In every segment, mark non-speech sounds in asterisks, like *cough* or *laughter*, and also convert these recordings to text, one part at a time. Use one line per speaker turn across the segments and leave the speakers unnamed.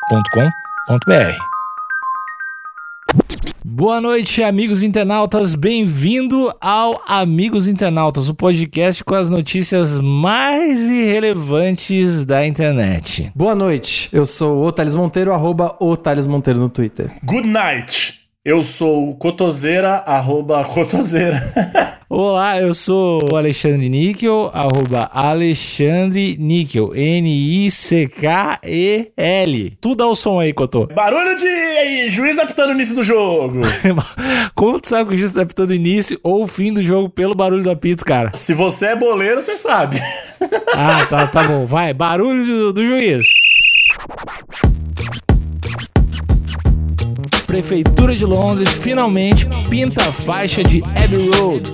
agenciadepodcast.com.br. Boa noite, amigos internautas. Bem-vindo ao Amigos Internautas, o podcast com as notícias mais irrelevantes da internet.
Boa noite, eu sou o Thales Monteiro, arroba o Thales Monteiro no Twitter.
Good night. Eu sou o Cotoseira, arroba Cotoseira. *laughs*
Olá, eu sou o Alexandre Níquel, arroba Alexandre Níquel, N-I-C-K-E-L. Tu dá o som aí, Cotô.
Barulho de juiz apitando o início do jogo.
*laughs* Como tu sabe que o juiz tá apitando o início ou o fim do jogo pelo barulho do apito, cara?
Se você é boleiro, você sabe. *laughs*
Ah, tá, tá bom, vai, barulho do, do juiz. Prefeitura de Londres finalmente pinta a faixa de Abbey Road.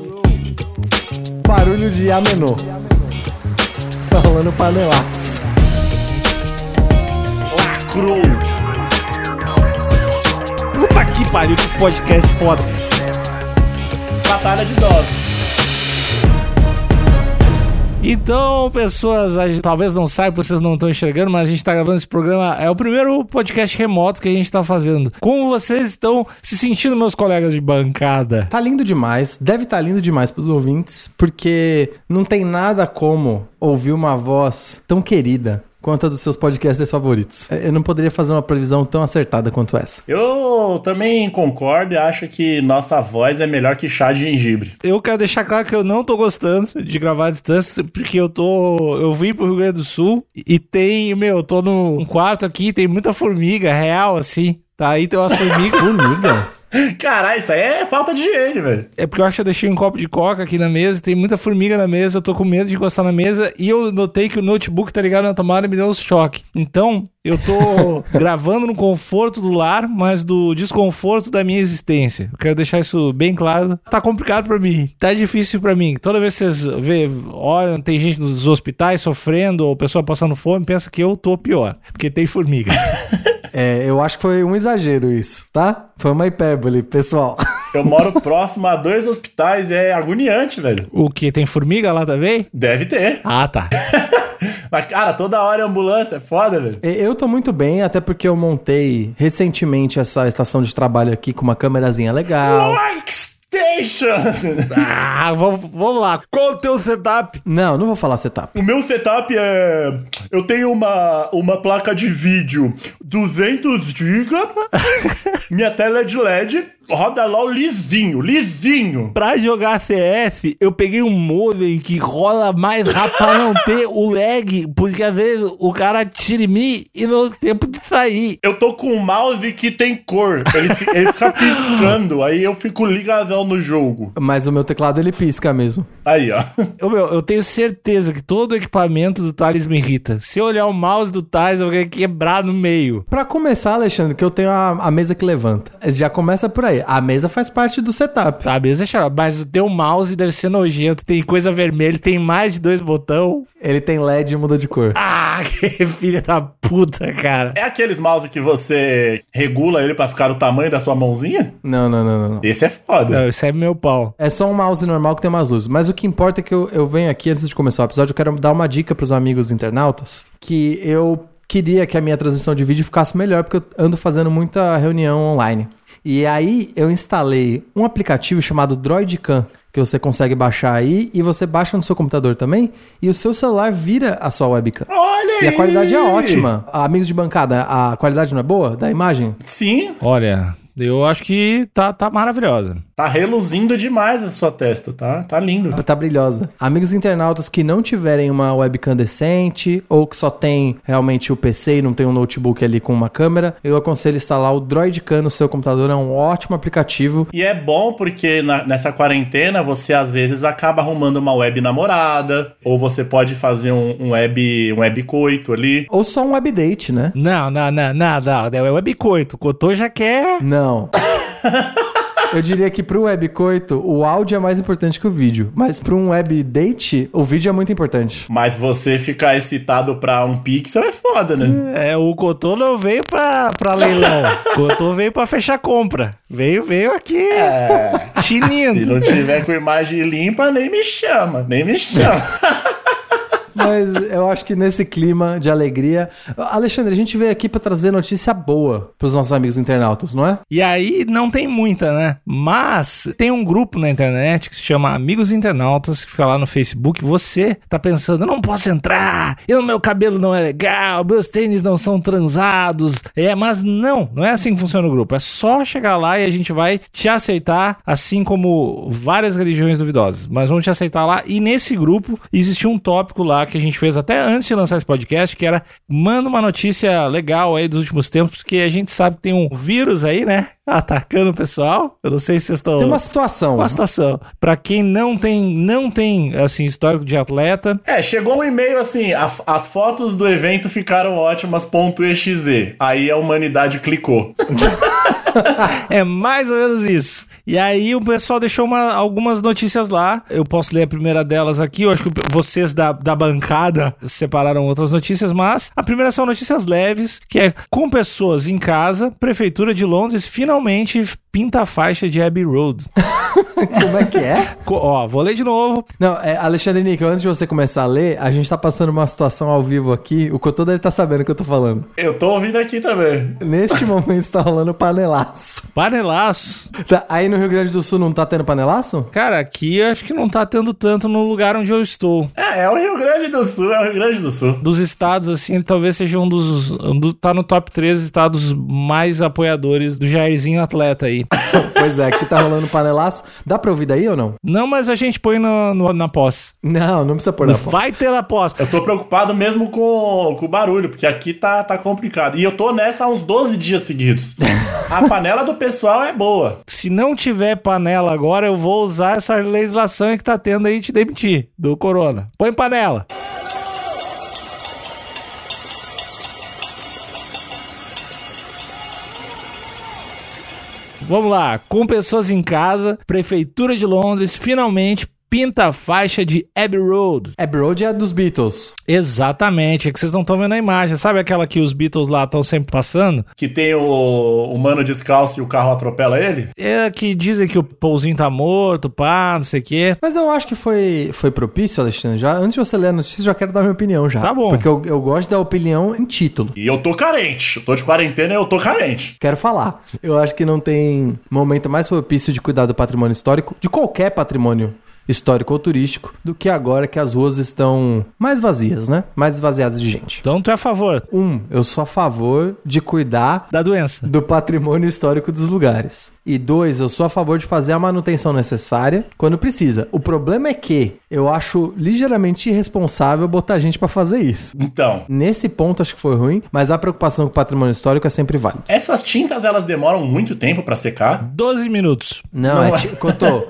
Barulho de amenô. Tá rolando panelaço.
Lacrou.
Puta que pariu, que podcast foda.
Batalha de idosos.
Então, pessoas, a gente- talvez não saibam, vocês não estão enxergando, mas a gente tá gravando esse programa. É o primeiro podcast remoto que a gente tá fazendo. Como vocês estão se sentindo, meus colegas de bancada?
Tá lindo demais, deve estar tá lindo demais pros ouvintes, porque não tem nada como ouvir uma voz tão querida quanto a dos seus podcasters favoritos. É, Eu não poderia fazer uma previsão tão acertada quanto essa.
Eu também concordo e acho que nossa voz é melhor que chá de gengibre.
Eu quero deixar claro que eu não tô gostando de gravar à distância, porque eu tô. Eu vim pro Rio Grande do Sul e tem, meu, eu tô num quarto aqui, tem muita formiga real, assim. Tá, aí tem umas formigas.
Formiga?
Caralho, isso aí é falta de higiene, velho.
É porque eu acho que eu deixei um copo de coca aqui na mesa, tem muita formiga na mesa, eu tô com medo de encostar na mesa e eu notei que o notebook tá ligado na tomada e me deu um choque. Então, eu *laughs* tô gravando no conforto do lar, mas do desconforto da minha existência. Eu quero deixar isso bem claro. Tá complicado pra mim, tá difícil pra mim. Toda vez que vocês vê, olham, tem gente nos hospitais sofrendo ou pessoa passando fome, pensa que eu tô pior, porque tem *laughs* formiga.
É, eu acho que foi um exagero isso, tá? Foi uma hipérbole, pessoal. *laughs*
Eu moro *laughs* próximo a dois hospitais e é agoniante, velho.
o que tem formiga lá também?
Deve ter.
Ah, *laughs* tá.
Mas, cara, toda hora é ambulância, é foda, velho.
E- Eu tô muito bem, até porque eu montei recentemente essa estação de trabalho aqui com uma câmerazinha legal.
Workstation!
Ah, vamos, vamos lá. Qual o teu setup?
Não, não vou falar setup.
O meu setup é. Eu tenho uma, uma placa de vídeo 200 GB, minha tela é de LED, roda LOL lisinho, lisinho.
Pra jogar CS, eu peguei um modem que rola mais rápido pra não ter o lag, porque às vezes o cara tira em mim e não tem tempo de sair.
Eu tô com um mouse que tem cor, ele, fi- ele fica piscando, aí eu fico ligadão no jogo.
Mas o meu teclado ele pisca mesmo.
Aí, ó.
Eu, meu, eu tenho certeza que todo o equipamento do Thales me irrita. Se eu olhar o mouse do Thales, eu vou quebrar no meio.
Pra começar, Alexandre, que eu tenho a, a mesa que levanta. Já começa por aí. A mesa faz parte do setup.
Tá, beleza, xarope, mas o teu mouse deve ser nojento. Tem coisa vermelha, tem mais de dois botões.
Ele tem LED e muda de cor.
Ah, *laughs* que filha da puta, cara.
É aqueles mouse que você regula ele pra ficar o tamanho da sua mãozinha?
Não, não, não, não. não.
Esse é foda.
Não, isso é meu pau.
É só um mouse normal que tem umas luzes. Mas o que importa é que eu, eu venho aqui, antes de começar o episódio, eu quero dar uma dica pros amigos internautas. Que eu queria que a minha transmissão de vídeo ficasse melhor, porque eu ando fazendo muita reunião online. E aí eu instalei um aplicativo chamado Droidcam, que você consegue baixar aí, e você baixa no seu computador também, e o seu celular vira a sua webcam.
Olha aí!
E a qualidade é ótima. Amigos de bancada, a qualidade não é boa da imagem?
Sim,
Olha, eu acho que tá, tá maravilhosa.
tá reluzindo demais a sua testa, tá? Tá lindo.
Tá brilhosa. Amigos internautas que não tiverem uma webcam decente ou que só tem realmente o PC e não tem um notebook ali com uma câmera, eu aconselho instalar o Droidcam no seu computador, é um ótimo aplicativo.
E é bom porque na- nessa quarentena você às vezes acaba arrumando uma web namorada, ou você pode fazer um, um web um web coito ali.
Ou só um webdate, né?
Não, não, não, não, não. É webcoito. O Cotô já quer.
Não. Eu diria que pro webcoito, o áudio é mais importante que o vídeo. Mas para um webdate, o vídeo é muito importante.
Mas você ficar excitado pra um pixel é foda, né?
É, o Cotô não veio pra, pra leilão. O Cotô veio pra fechar compra. Veio, veio aqui.
Se
Chinindo.
*laughs* não tiver com imagem limpa, nem me chama, nem me chama.
Mas eu acho que nesse clima de alegria. Alexandre, a gente veio aqui pra trazer notícia boa pros nossos amigos internautas, não é?
E aí não tem muita, né? Mas tem um grupo na internet que se chama Amigos Internautas, que fica lá no Facebook. Você tá pensando, eu não posso entrar, eu, meu cabelo não é legal, meus tênis não são transados. É, mas não, não é assim que funciona o grupo. É só chegar lá e a gente vai te aceitar, assim como várias religiões duvidosas. Mas vamos te aceitar lá. E nesse grupo existe um tópico lá que a gente fez até antes de lançar esse podcast, que era manda uma notícia legal aí dos últimos tempos, porque a gente sabe que tem um vírus aí, né? Atacando o pessoal. Eu não sei se vocês estão.
Tem uma situação. né?
Uma situação. Pra quem não tem, não tem, assim, histórico de atleta,
É, chegou um e-mail assim, a- as fotos do evento ficaram ótimas, ponto .exe. Aí a humanidade clicou.
É mais ou menos isso. E aí o pessoal deixou uma- algumas notícias lá. Eu posso ler a primeira delas aqui. Eu acho que vocês da, da bancada separaram outras notícias, mas a primeira são notícias leves, que é com pessoas em casa, Prefeitura de Londres finalmente pinta a faixa de Abbey Road.
Como é que é?
Co- Ó, vou ler de novo.
Não, é, Alexandre Níquel, antes de você começar a ler, a gente tá passando uma situação ao vivo aqui. O Cotô deve estar sabendo o que eu tô falando.
Eu tô ouvindo aqui também.
Neste momento tá rolando panelaço.
Panelaço.
Tá, aí no Rio Grande do Sul não tá tendo panelaço?
Cara, aqui eu acho que não tá tendo tanto no lugar onde eu estou.
É, é o Rio Grande do Sul, é o Rio Grande do Sul.
dos estados, assim, ele talvez seja um dos. um do- tá no top 3 estados mais apoiadores do Jairzinho Atleta aí.
pois é, aqui tá rolando panelaço. Dá pra ouvir daí ou não?
Não, mas a gente põe no, no- na pós.
Não, não precisa pôr na foto.
Vai ter a pós.
Eu tô preocupado mesmo com, com o barulho, porque aqui tá, tá complicado. E eu tô nessa há uns 12 dias seguidos. A panela do pessoal é boa.
Se não tiver panela agora, eu vou usar essa legislação que tá tendo aí de demitir do Corona. Põe panela. Vamos lá, com pessoas em casa, Prefeitura de Londres finalmente pinta a faixa de Abbey Road.
Abbey Road é dos Beatles.
Exatamente, é que vocês não estão vendo a imagem. Sabe aquela que os Beatles lá estão sempre passando?
Que tem o, o mano descalço e o carro atropela ele.
É que dizem que o Pouzinho tá morto, pá, não sei o quê.
Mas eu acho que foi, foi propício, Alexandre. Já, antes de você ler a notícia, eu já quero dar minha opinião já.
Tá bom.
Porque eu, eu gosto da opinião em título.
E eu tô carente. Eu tô de quarentena e eu tô carente.
Quero falar. Eu acho que não tem momento mais propício de cuidar do patrimônio histórico, de qualquer patrimônio histórico ou turístico, do que agora que as ruas estão mais vazias, né? Mais esvaziadas de gente.
Então tu é a favor
Um, eu sou a favor de cuidar
da doença.
do patrimônio histórico dos lugares. E dois, eu sou a favor de fazer a manutenção necessária quando precisa. O problema é que eu acho ligeiramente irresponsável botar gente pra fazer isso.
Então,
Nesse ponto acho que foi ruim, mas a preocupação com o patrimônio histórico é sempre válida.
essas tintas elas demoram muito tempo pra secar.
12 minutos.
Não, é ti- Cotô,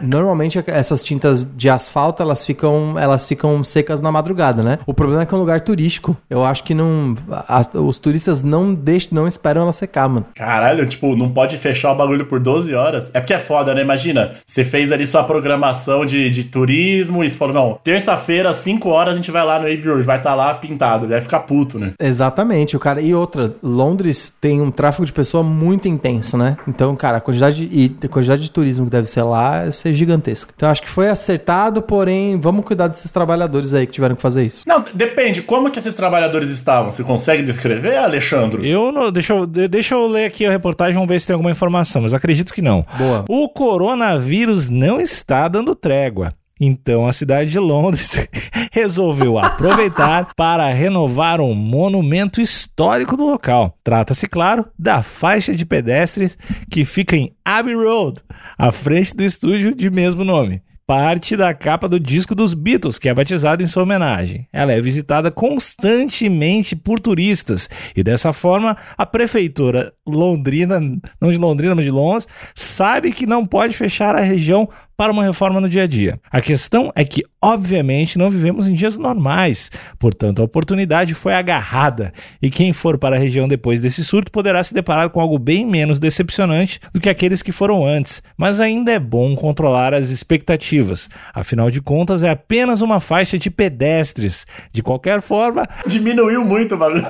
Normalmente é essas tintas de asfalto, elas ficam, elas ficam secas na madrugada, né? O problema é que é um lugar turístico. Eu acho que não as- os turistas não deixam, não esperam ela secar, mano.
Caralho, tipo, não pode fechar o bagulho por 12 horas. É porque é foda, né? Imagina, você fez ali sua programação de, de turismo e você falou, não, terça-feira, 5 horas, a gente vai lá no Abbey Road, vai estar tá lá pintado. Ele vai ficar puto, né?
Exatamente, o cara. E outra, Londres tem um tráfego de pessoa muito intenso, né? Então, cara, a quantidade de, e a quantidade de turismo que deve ser lá é ser gigantesca. Então, acho que foi acertado, porém, vamos cuidar desses trabalhadores aí que tiveram que fazer isso.
Não, depende. Como que esses trabalhadores estavam? Você consegue descrever, Alexandre?
Eu não, deixa, eu, de- deixa eu ler aqui a reportagem, vamos ver se tem alguma informação, mas acredito que não.
Boa.
O coronavírus não está dando trégua. Então a cidade de Londres *laughs* resolveu aproveitar para renovar um monumento histórico do local. Trata-se, claro, da faixa de pedestres que fica em Abbey Road, à frente do estúdio de mesmo nome. Parte da capa do disco dos Beatles, que é batizado em sua homenagem. Ela é visitada constantemente por turistas e dessa forma a prefeitura londrina, não de Londrina, mas de Londres, sabe que não pode fechar a região para uma reforma no dia a dia. A questão é que, obviamente, não vivemos em dias normais, portanto, a oportunidade foi agarrada e quem for para a região depois desse surto poderá se deparar com algo bem menos decepcionante do que aqueles que foram antes, mas ainda é bom controlar as expectativas. Afinal de contas, é apenas uma faixa de pedestres. De qualquer forma,
Diminuiu muito o bagulho.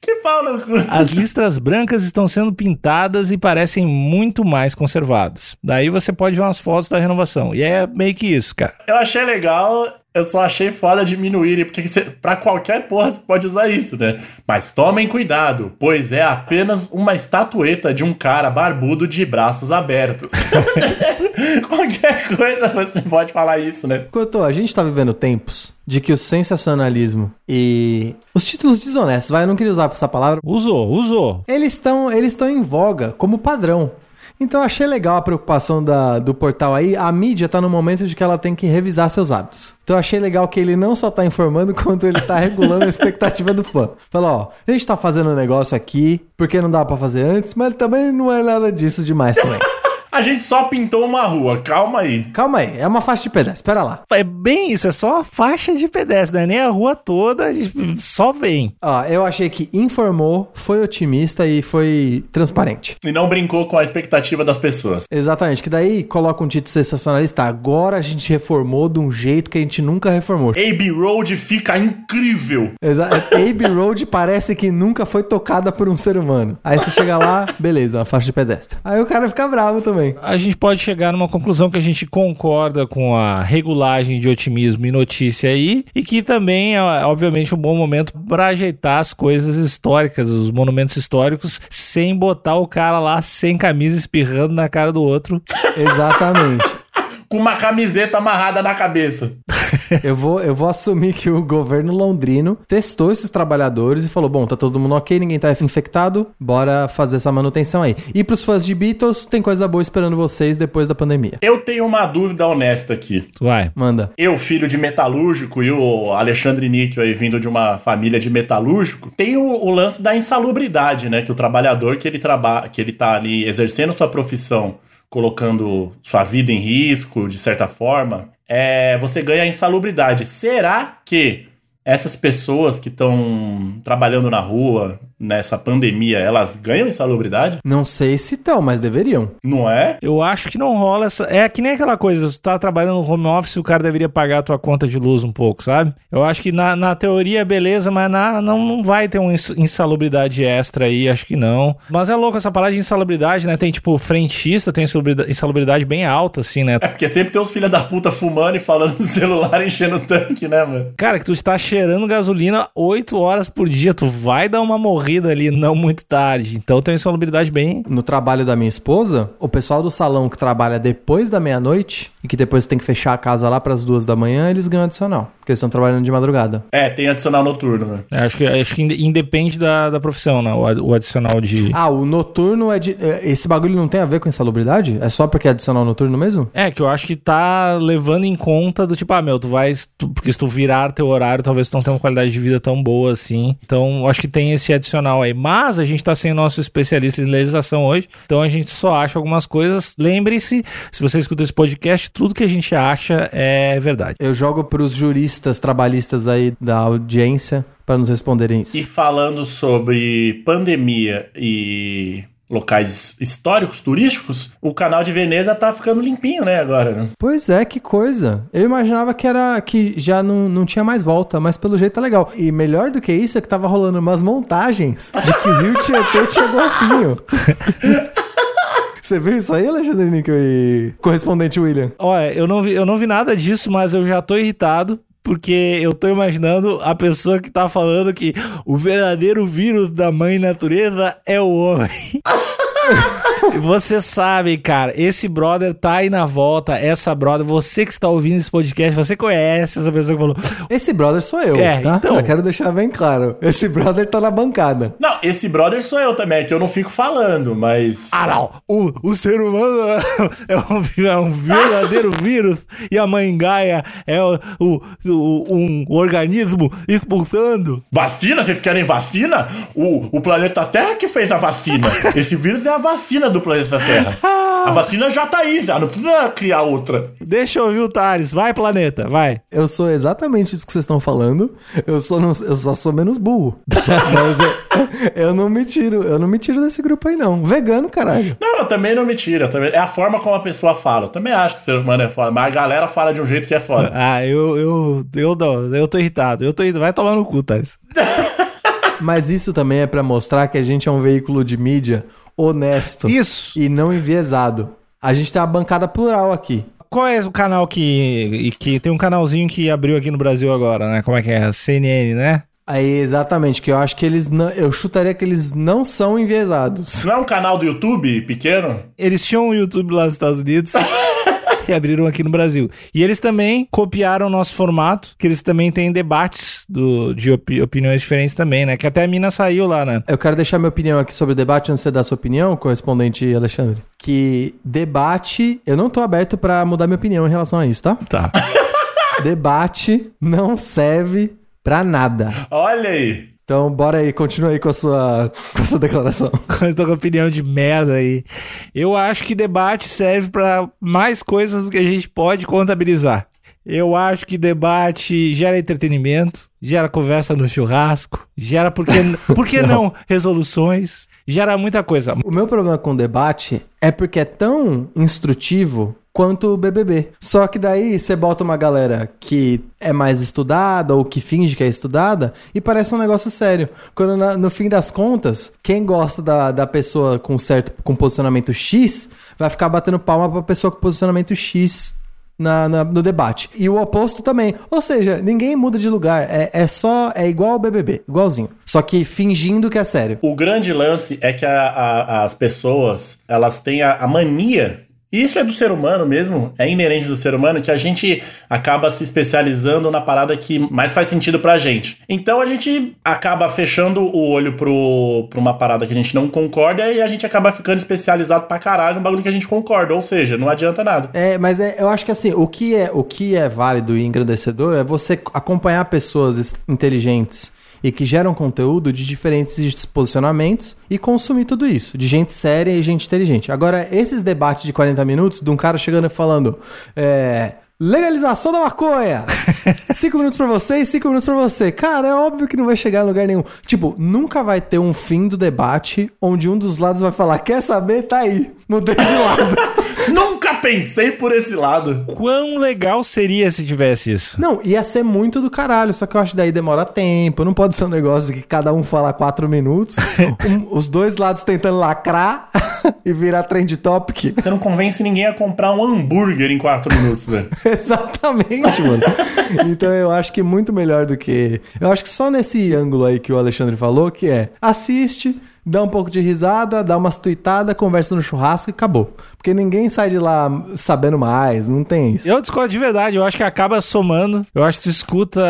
que pau no cu.
as listras brancas estão sendo pintadas e parecem muito mais conservadas. Daí você pode ver umas fotos da renovação. E é meio que isso, cara.
Eu achei legal Eu só achei foda diminuírem, porque cê, pra qualquer porra você pode usar isso, né? Mas tomem cuidado, pois é apenas uma estatueta de um cara barbudo de braços abertos. *laughs* qualquer coisa você pode falar isso, né?
Couto, a gente tá vivendo tempos de que o sensacionalismo e os títulos desonestos, vai, eu não queria usar essa palavra,
Usou, usou.
eles estão eles estão em voga como padrão. Então eu achei legal a preocupação da- do portal aí. A mídia tá no momento de que ela tem que revisar seus hábitos. Então eu achei legal que ele não só tá informando, *laughs* quanto ele tá regulando a expectativa do fã. Falou, ó, a gente tá fazendo um negócio aqui, porque não dava pra fazer antes, mas também não é nada disso demais também.
A gente só pintou uma rua, calma aí.
Calma aí, é uma faixa de pedaço, espera lá.
É bem isso, é só a faixa de pedestre, né? Nem a rua toda, a gente só vem.
Ó, eu achei que informou, foi otimista e foi transparente.
E não brincou com a expectativa das pessoas.
Exatamente, que daí coloca um título sensacionalista. Agora a gente reformou de um jeito que a gente nunca reformou.
Abbey Road fica incrível.
Exa Abbey Road parece que nunca foi tocada por um ser humano. Aí você chega lá, beleza, uma faixa de pedestre. Aí o cara fica bravo também.
A gente pode chegar numa conclusão que a gente concorda com a regulagem de otimismo e notícia aí, e que também é, obviamente, um bom momento para ajeitar as coisas históricas, os monumentos históricos, sem botar o cara lá sem camisa espirrando na cara do outro.
Exatamente.
Com uma camiseta amarrada na cabeça.
Eu vou, eu vou assumir que o governo londrino testou esses trabalhadores e falou: bom, tá todo mundo ok, ninguém tá infectado, bora fazer essa manutenção aí. E pros fãs de Beatles, tem coisa boa esperando vocês depois da pandemia.
Eu tenho uma dúvida honesta aqui.
Vai.
Manda.
Eu, filho de metalúrgico, e o Alexandre Níquel aí vindo de uma família de metalúrgico, tem o, o lance da insalubridade, né? Que o trabalhador que ele trabalha, que ele tá ali exercendo sua profissão, colocando sua vida em risco, de certa forma, é, você ganha a insalubridade. Será que essas pessoas que estão trabalhando na rua nessa pandemia, elas ganham insalubridade?
Não sei se tão, mas deveriam.
Não é?
Eu acho que não rola essa. É que nem aquela coisa, você tá trabalhando no home office, o cara deveria pagar a tua conta de luz um pouco, sabe? Eu acho que na, na teoria, beleza, mas na, não, não vai ter uma ins- insalubridade extra aí, acho que não. Mas é louco essa parada de insalubridade, né? Tem tipo frentista, tem insalubrida- insalubridade bem alta, assim, né?
É porque sempre tem os filha da puta fumando e falando no *laughs* celular, enchendo o tanque, né, mano?
Cara, que tu está cheirando gasolina 8 horas por dia, tu vai dar uma morrida ali, não muito tarde. Então tem uma insalubridade bem.
No trabalho da minha esposa, o pessoal do salão que trabalha depois da meia-noite e que depois tem que fechar a casa lá pras duas da manhã, eles ganham adicional, porque eles estão trabalhando de madrugada.
É, tem adicional noturno, né?
é, Acho que, acho que inde- independe da, da profissão, né? O ad- o adicional de.
Ah, o noturno é de. é, Esse bagulho não tem a ver com insalubridade? É só porque é adicional noturno mesmo?
É, que eu acho que tá levando em conta do tipo, ah, meu, tu vai. tu- porque se tu virar teu horário, talvez tu não tenha uma qualidade de vida tão boa assim. Então, eu acho que tem esse adicional aí. Mas a gente tá sem nosso especialista em legislação hoje, então a gente só acha algumas coisas. Lembre-se, se você escuta esse podcast, tudo que a gente acha é verdade.
Eu jogo pros juristas trabalhistas aí da audiência pra nos responderem isso.
E falando sobre pandemia e locais históricos, turísticos, o canal de Veneza tá ficando limpinho, né, agora, né?
Pois é, que coisa. Eu imaginava que era que já não, não tinha mais volta, mas pelo jeito tá legal. E melhor do que isso é que tava rolando umas montagens de que o Rio Tietê *laughs* chegou ao
*laughs*
fim. Você viu isso aí, Alexandre Níquel e correspondente William?
Olha, eu não, vi, eu não vi nada disso, mas eu já tô irritado. Porque eu tô imaginando a pessoa que tá falando que o verdadeiro vírus da mãe natureza é o homem. *laughs* E Você sabe, cara, esse brother tá aí na volta, essa brother, você que está ouvindo esse podcast, você conhece essa pessoa que falou.
Esse brother sou eu,
É,
tá?
então.
Eu quero deixar bem claro. Esse brother tá na bancada.
Não, esse brother sou eu também, é que eu não fico falando, mas.
Ah, não, o, o ser humano é um, vi- é um verdadeiro vírus e a mãe Gaia é o- o- o- um organismo expulsando.
Vacina? Vocês querem vacina? O, o planeta Terra que fez a vacina. Esse vírus é a vacina do planeta Terra. A vacina já tá aí, já não precisa criar outra.
Deixa eu ouvir o Thales. Vai, planeta, vai.
Eu sou exatamente isso que vocês estão falando. Eu, sou não- eu só sou menos burro. *laughs* Mas eu, eu não me tiro, eu não me tiro desse grupo aí, não. Vegano, caralho.
Não, eu também não me tiro. eu também- É a forma como a pessoa fala. Eu também acho que o ser humano é foda, mas a galera fala de um jeito que é foda.
Ah, eu, eu, eu, não, eu tô irritado. Eu tô irritado. Vai tomar no cu, Thales.
Mas isso também é pra mostrar que a gente é um veículo de mídia honesto
Isso.
e não enviesado. A gente tem uma bancada plural aqui.
qual é o canal que, que. Tem um canalzinho que abriu aqui no Brasil agora, né? Como é que é? CNN, né?
Aí, exatamente, que eu acho que eles. não- eu chutaria que eles não são enviesados.
Isso não é um canal do YouTube pequeno?
Eles tinham um YouTube lá nos Estados Unidos. *laughs* E abriram aqui no Brasil. E eles também copiaram o nosso formato, que eles também têm debates do, de opi- opiniões diferentes também, né? Que até a mina saiu lá, né?
Eu quero deixar minha opinião aqui sobre o debate antes de você dar sua opinião, correspondente Alexandre. Que debate. Eu não tô aberto pra mudar minha opinião em relação a isso, tá?
Tá.
debate não serve pra nada.
Olha aí.
Então, bora aí, continua aí com a sua, com a sua declaração.
Quando eu *laughs* tô com opinião de merda aí. Eu acho que debate serve pra mais coisas do que a gente pode contabilizar. Eu acho que debate gera entretenimento, gera conversa no churrasco, gera por que, por que não. resoluções, gera muita coisa.
O meu problema com o debate é porque é tão instrutivo quanto o BBB. Só que daí você bota uma galera que é mais estudada ou que finge que é estudada e parece um negócio sério. Quando na- no fim das contas, quem gosta da, da pessoa com certo com posicionamento X vai ficar batendo palma pra pessoa com posicionamento X. na- na- no debate. E o oposto também. Ou seja, ninguém muda de lugar. É, é só. É igual ao BBB. Igualzinho. Só que fingindo que é sério.
O grande lance é que a- a- as pessoas, elas têm a, a mania. e Isso é do ser humano mesmo, é inerente do ser humano que a gente acaba se especializando na parada que mais faz sentido pra gente. Então a gente acaba fechando o olho pro, pra uma parada que a gente não concorda e a gente acaba ficando especializado pra caralho no bagulho que a gente concorda. Ou seja, não adianta nada.
É, mas é- eu acho que assim, o que, é, o que é válido e engrandecedor é você c- acompanhar pessoas es- inteligentes e que geram conteúdo de diferentes posicionamentos e consumir tudo isso, de gente séria e gente inteligente. Agora, esses debates de 40 minutos, de um cara chegando e falando, é, Legalização da maconha! cinco minutos pra você e cinco minutos pra você. Cara, é óbvio que não vai chegar em lugar nenhum. Tipo, nunca vai ter um fim do debate onde um dos lados vai falar: quer saber? Tá aí. Mudei de lado.
Nunca pensei por esse lado.
Quão legal seria se tivesse isso?
Não, ia ser muito do caralho, só que eu acho que daí demora tempo. Não pode ser um negócio que cada um fala quatro minutos, um- os dois lados tentando lacrar *laughs* e virar trend topic. *laughs*
Você não convence ninguém a comprar um hambúrguer em quatro minutos, velho.
Exatamente, mano. Então eu acho que muito melhor do que. Eu acho que só nesse ângulo aí que o Alexandre falou, que é assiste, dá um pouco de risada, dá umas tuitadas, conversa no churrasco e acabou. Porque ninguém sai de lá sabendo mais, não tem isso.
Eu discordo de verdade, eu acho que acaba somando. Eu acho que tu escuta.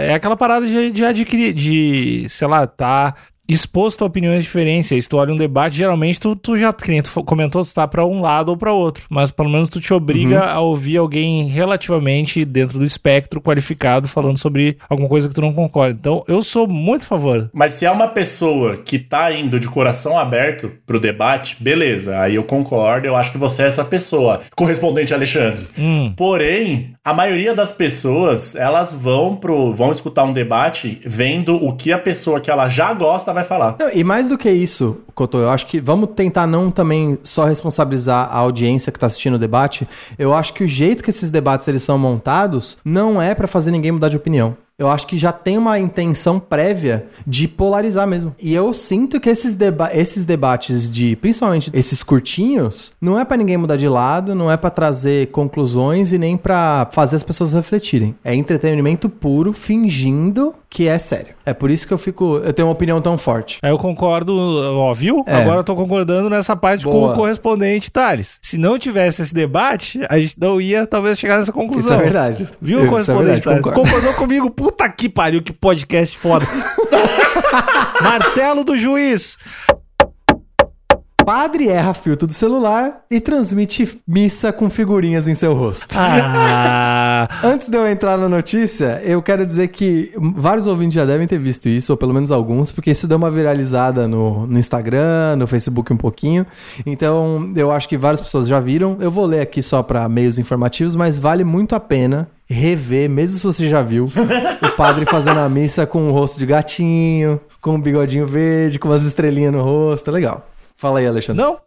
É aquela parada de, de adquirir, de, sei lá, tá exposto a opiniões diferentes. Aí, se tu olha um debate, geralmente tu, tu já, que nem tu fo- comentou, tu tá pra um lado ou pra outro. Mas pelo menos tu te obriga a ouvir alguém relativamente dentro do espectro qualificado falando sobre alguma coisa que tu não concorda. Então, eu sou muito a favor.
Mas se é uma pessoa que tá indo de coração aberto pro debate, beleza, aí eu concordo, eu acho que você é essa pessoa. Correspondente Alexandre.
Hum.
Porém, a maioria das pessoas, elas vão pro, vão escutar um debate vendo o que a pessoa que ela já gosta vai falar.
Não, e mais do que isso, Cotô, eu acho que vamos tentar não também só responsabilizar a audiência que tá assistindo o debate. Eu acho que o jeito que esses debates eles são montados não é pra fazer ninguém mudar de opinião. Eu acho que já tem uma intenção prévia de polarizar mesmo. E eu sinto que esses, deba esses debates de, principalmente esses curtinhos, não é pra ninguém mudar de lado, não é pra trazer conclusões e nem pra fazer as pessoas refletirem. É entretenimento puro, fingindo que é sério. É por isso que eu fico, eu tenho uma opinião tão forte.
Aí eu concordo, ó, viu?
É.
Agora eu tô concordando nessa parte com
Boa.
o correspondente Thales. Se não tivesse esse debate, a gente não ia talvez chegar nessa conclusão.
Isso é verdade.
Viu,
Isso
correspondente?
é verdade,
Thales?
concordo.
Concordou comigo? Puta que pariu, que podcast
*laughs*
foda. Martelo do juiz.
Padre erra filtro do celular e transmite missa com figurinhas em seu rosto.
Ah,
Antes de eu entrar na notícia, eu quero dizer que vários ouvintes já devem ter visto isso, ou pelo menos alguns, porque isso deu uma viralizada no, no Instagram, no Facebook um pouquinho. Então, eu acho que várias pessoas já viram. Eu vou ler aqui só para meios informativos, mas vale muito a pena rever, mesmo se você já viu, o padre fazendo a missa com o rosto de gatinho, com o bigodinho verde, com umas estrelinhas no rosto. É legal. Fala aí, Alexandre.
Não,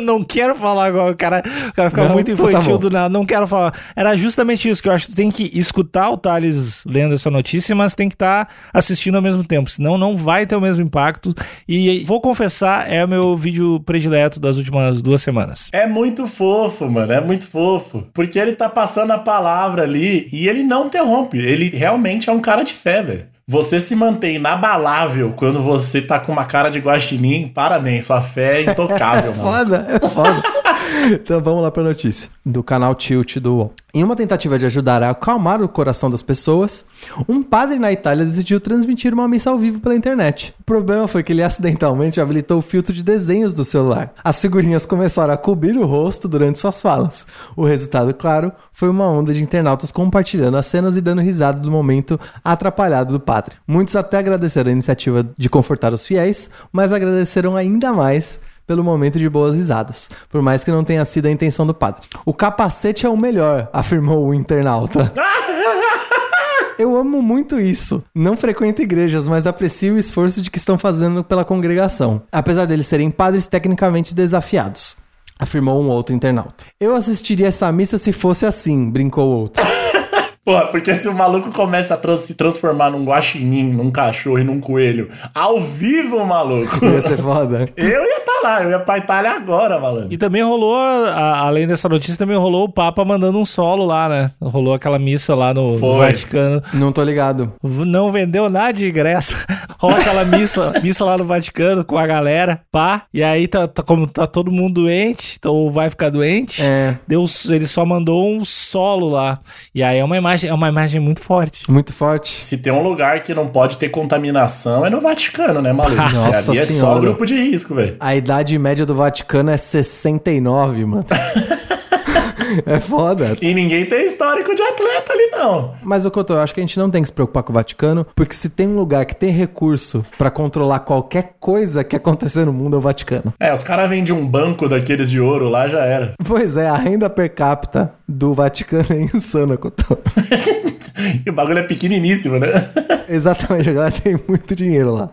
*laughs* não quero falar agora. O cara, o cara fica
Não?
muito
Então tá
infantil
bom.
do nada. Não quero falar. Era justamente isso que eu acho que tu tem que escutar o Thales lendo essa notícia, mas tem que estar assistindo ao mesmo tempo. Senão não vai ter o mesmo impacto. E vou confessar, é o meu vídeo predileto das últimas duas semanas.
É muito fofo, mano. É muito fofo. Porque ele tá passando a palavra ali e ele não interrompe. Ele realmente é um cara de fé, velho. Você se mantém inabalável quando você tá com uma cara de guaxinim. Parabéns, sua fé é intocável,
*laughs*
mano.
Foda, é foda. *laughs* então vamos lá pra notícia. Do canal Tilt do UOL. Em uma tentativa de ajudar a acalmar o coração das pessoas, um padre na Itália decidiu transmitir uma missa ao vivo pela internet. O problema foi que ele acidentalmente habilitou o filtro de desenhos do celular. As figurinhas começaram a cobrir o rosto durante suas falas. O resultado, claro, foi uma onda de internautas compartilhando as cenas e dando risada do momento atrapalhado do padre. Muitos até agradeceram a iniciativa de confortar os fiéis, mas agradeceram ainda mais pelo momento de boas risadas, por mais que não tenha sido a intenção do padre. O capacete é o melhor, afirmou o internauta. Eu amo muito isso. Não frequento igrejas, mas aprecio o esforço de que estão fazendo pela congregação, apesar deles serem padres tecnicamente desafiados, afirmou um outro internauta. Eu assistiria essa missa se fosse assim, brincou outro.
Porra, porque se o maluco começa a trans- se transformar num guaxinim, num cachorro e num coelho, ao vivo, maluco. *laughs*
Ia ser foda.
Eu ia tá lá, eu ia pra Itália agora, malandro.
E também rolou, a- além dessa notícia, também rolou o Papa mandando um solo lá, né? Rolou aquela missa lá no, no
Foi.
Vaticano.
Não tô ligado.
V- Não vendeu nada de ingresso. *laughs* Rola aquela missa, missa lá no Vaticano com a galera, pá. E aí, tá, tá- como tá todo mundo doente, então ou vai ficar doente,
É.
Deus, ele só mandou um solo lá. E aí é uma imagem, é uma imagem muito forte.
Muito forte.
Se tem um lugar que não pode ter contaminação é no Vaticano, né, maluco? Porque
*laughs* Nossa
ali é
Senhora.
só grupo de risco, velho.
A idade média do Vaticano é 69, mano. é foda.
E ninguém tem histórico de atleta ali, não.
Mas, ô Couto, eu acho que a gente não tem que se preocupar com o Vaticano, porque se tem um lugar que tem recurso pra controlar qualquer coisa que acontecer no mundo, é o Vaticano.
É, os caras vendem um banco daqueles de ouro lá, já era.
Pois é, a renda per capita do Vaticano é insana, Couto.
E o bagulho é pequeniníssimo, né? *laughs*
Exatamente, a galera tem muito dinheiro lá.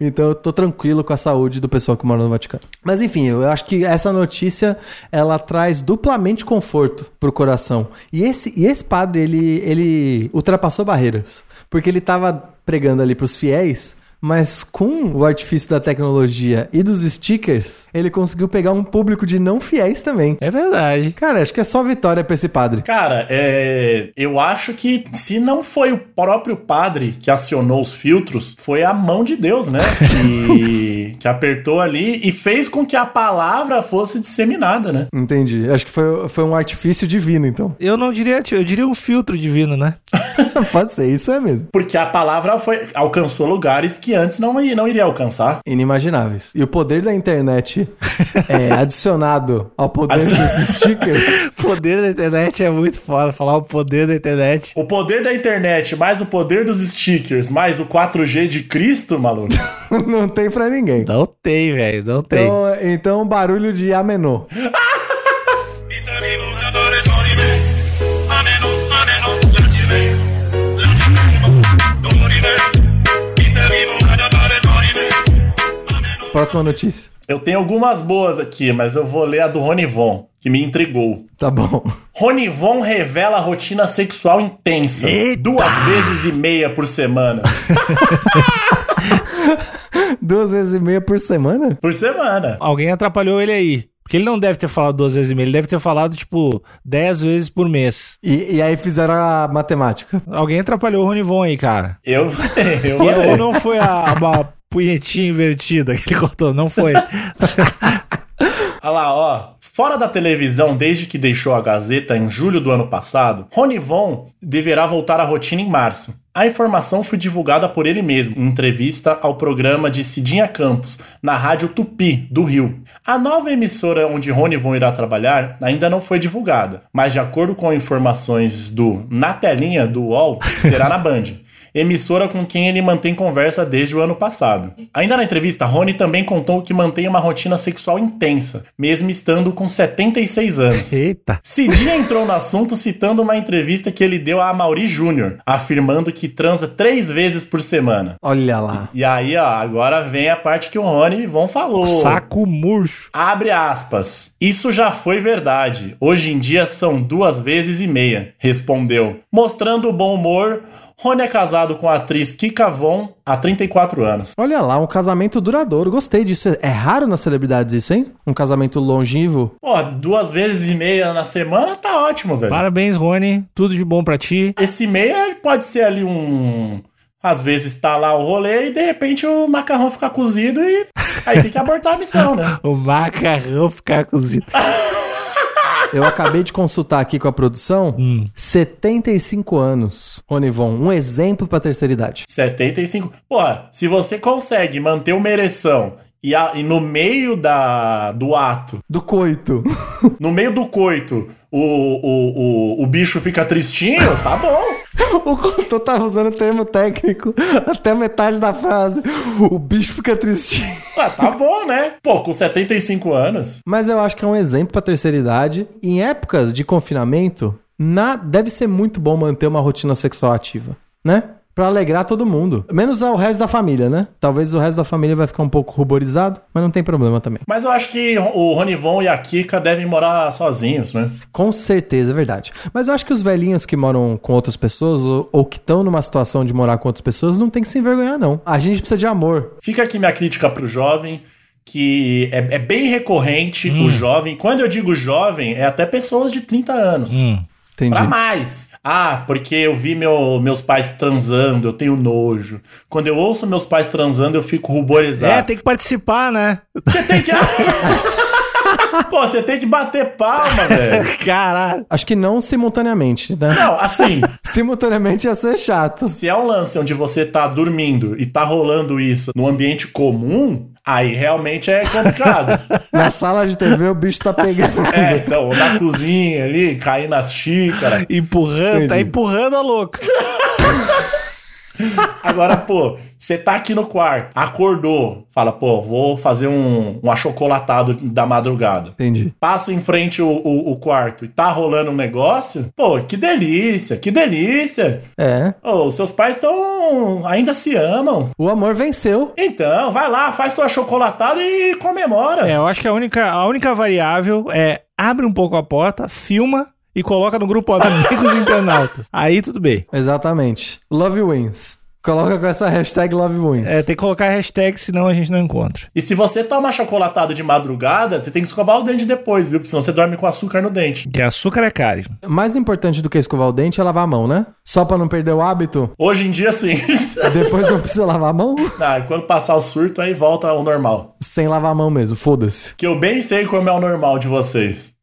Então eu tô tranquilo com a saúde do pessoal que mora no Vaticano. Mas enfim, eu acho que essa notícia ela traz duplamente conforto pro coração. E esse, e esse padre, ele, ele ultrapassou barreiras. Porque ele tava pregando ali pros fiéis. Mas com o artifício da tecnologia e dos stickers, ele conseguiu pegar um público de não fiéis também.
É verdade.
Cara, acho que é só vitória pra esse padre.
Cara, é, eu acho que se não foi o próprio padre que acionou os filtros, foi a mão de Deus, né? Que, que apertou ali e fez com que a palavra fosse disseminada, né?
Entendi. Acho que foi, foi um artifício divino, então. *laughs*
Eu não diria, eu diria um filtro divino, né? *laughs*
Pode ser, isso é mesmo.
Porque a palavra foi, alcançou lugares que antes não, i- não iria alcançar.
Inimagináveis. E o poder da internet é adicionado ao poder
Adicion-
*laughs*
desses stickers.
O poder da internet é muito foda. Falar o poder da internet.
O poder da internet, mais o poder dos stickers, mais o 4G de Cristo, maluco.
Não tem pra ninguém.
Não tem, velho. Não tem.
Então, então barulho de amenô.
Vitali voladore fuori me, ameno, ameno, lasci me, lasci me, fuori me, Vitali voladore fuori me, ameno.
Próxima notícia.
Eu tenho algumas boas aqui, mas eu vou ler a do Ronivon, que me intrigou.
Tá bom.
Ronivon revela rotina sexual intensa.
Eita!
Duas vezes e meia por semana.
Duas vezes e meia por semana?
Por semana.
Alguém atrapalhou ele aí. Porque ele não deve ter falado duas vezes e meia. Ele deve ter falado, tipo, dez vezes por mês.
E, e aí fizeram a matemática.
Alguém atrapalhou o Ronivon aí, cara.
Eu, *laughs* eu
E ou
falei.
não foi a, uma punhetinha invertida que ele cortou? Não foi.
Olha lá, ó. Fora da televisão desde que deixou a Gazeta em julho do ano passado, Ronivon deverá voltar à rotina em março. A informação foi divulgada por ele mesmo em entrevista ao programa de Cidinha Campos, na Rádio Tupi, do Rio. A nova emissora onde Ronivon irá trabalhar ainda não foi divulgada, mas de acordo com informações do Na Telinha do UOL, será na Band. emissora com quem ele mantém conversa desde o ano passado. Ainda na entrevista, Rony também contou que mantém uma rotina sexual intensa, mesmo estando com 76 anos.
Eita.
Cidinha entrou no assunto citando uma entrevista que ele deu a Mauri Júnior, afirmando que transa três vezes por semana.
Olha lá.
E aí, ó, agora vem a parte que o Rony Von falou.
Saco murcho.
Abre aspas. Isso já foi verdade. Hoje em dia são duas vezes e meia, respondeu. Mostrando o bom humor, Rony é casado com a atriz Kika Von há 34 anos.
Olha lá, um casamento duradouro. Gostei disso. É raro nas celebridades isso, hein? Um casamento longivo.
Pô, duas vezes e meia na semana tá ótimo, velho.
Parabéns, Rony. Tudo de bom pra ti.
Esse meia pode ser ali um. Às vezes tá lá o rolê e de repente o macarrão fica cozido e aí tem que abortar a
*laughs*
missão, né?
O macarrão ficar cozido.
Eu acabei de consultar aqui com a produção.
Hum.
75 anos, Rony Von. Um exemplo pra terceira idade.
75. Porra, se você consegue manter uma ereção e, a- e no meio da, do ato,
Do coito.
no meio do coito, o, o, o, o bicho fica tristinho, tá bom.
O Couto tava usando o termo técnico até metade da frase. O bicho fica tristinho.
Ah, tá bom, né? Pô, com 75 anos.
Mas eu acho que é um exemplo pra terceira idade. Em épocas de confinamento, na- deve ser muito bom manter uma rotina sexual ativa, né? Pra alegrar todo mundo. Menos o resto da família, né? Talvez o resto da família vai ficar um pouco ruborizado, mas não tem problema também.
Mas eu acho que o Ronivon e a Kika devem morar sozinhos, né?
Com certeza, é verdade. Mas eu acho que os velhinhos que moram com outras pessoas ou, ou que estão numa situação de morar com outras pessoas não tem que se envergonhar, não. A gente precisa de amor.
Fica aqui minha crítica pro jovem, que é, é bem recorrente o jovem. Quando eu digo jovem, é até pessoas de 30 anos.
Entendi.
Pra mais. Ah, porque eu vi meu- meus pais transando, eu tenho nojo. Quando eu ouço meus pais transando, eu fico ruborizado.
É, tem que participar, né?
Você tem que. Pô, você tem que bater palma, velho.
Caralho.
Acho que não simultaneamente, né?
Não, assim,
*laughs* Simultaneamente ia ser chato.
se é um lance onde você tá dormindo e tá rolando isso no ambiente comum, aí realmente é complicado.
Na sala de TV o bicho tá pegando.
É, então, ou na cozinha ali, cair nas xícaras.
Empurrando, tá
Entendi.
empurrando a louca.
Agora, pô, você tá aqui no quarto, acordou, fala, pô, vou fazer um, um achocolatado da madrugada.
Entendi.
Passa em frente o, o, o quarto e tá rolando um negócio, pô, que delícia, que delícia.
É.
Ô, os seus pais estão. ainda se amam.
O amor venceu.
Então, vai lá, faz sua chocolatada e comemora.
É, eu acho que a única, a única variável é abre um pouco a porta, filma e coloca no grupo Amigos Internautas. Aí tudo bem.
Exatamente. Love wins. Coloca com essa hashtag Love wins.
É, tem que colocar hashtag, senão a gente não encontra.
E se você toma chocolatado de madrugada, você tem que escovar o dente depois, viu? Porque senão você dorme com açúcar no dente.
Que açúcar é caro.
Mais importante do que escovar o dente é lavar a mão, né? Só pra não perder o hábito,
Hoje em dia, sim.
depois não precisa lavar a mão? *laughs*
Ah, e quando passar o surto, aí volta ao normal.
Sem lavar a mão mesmo, foda-se.
Que eu bem sei como é o normal de vocês.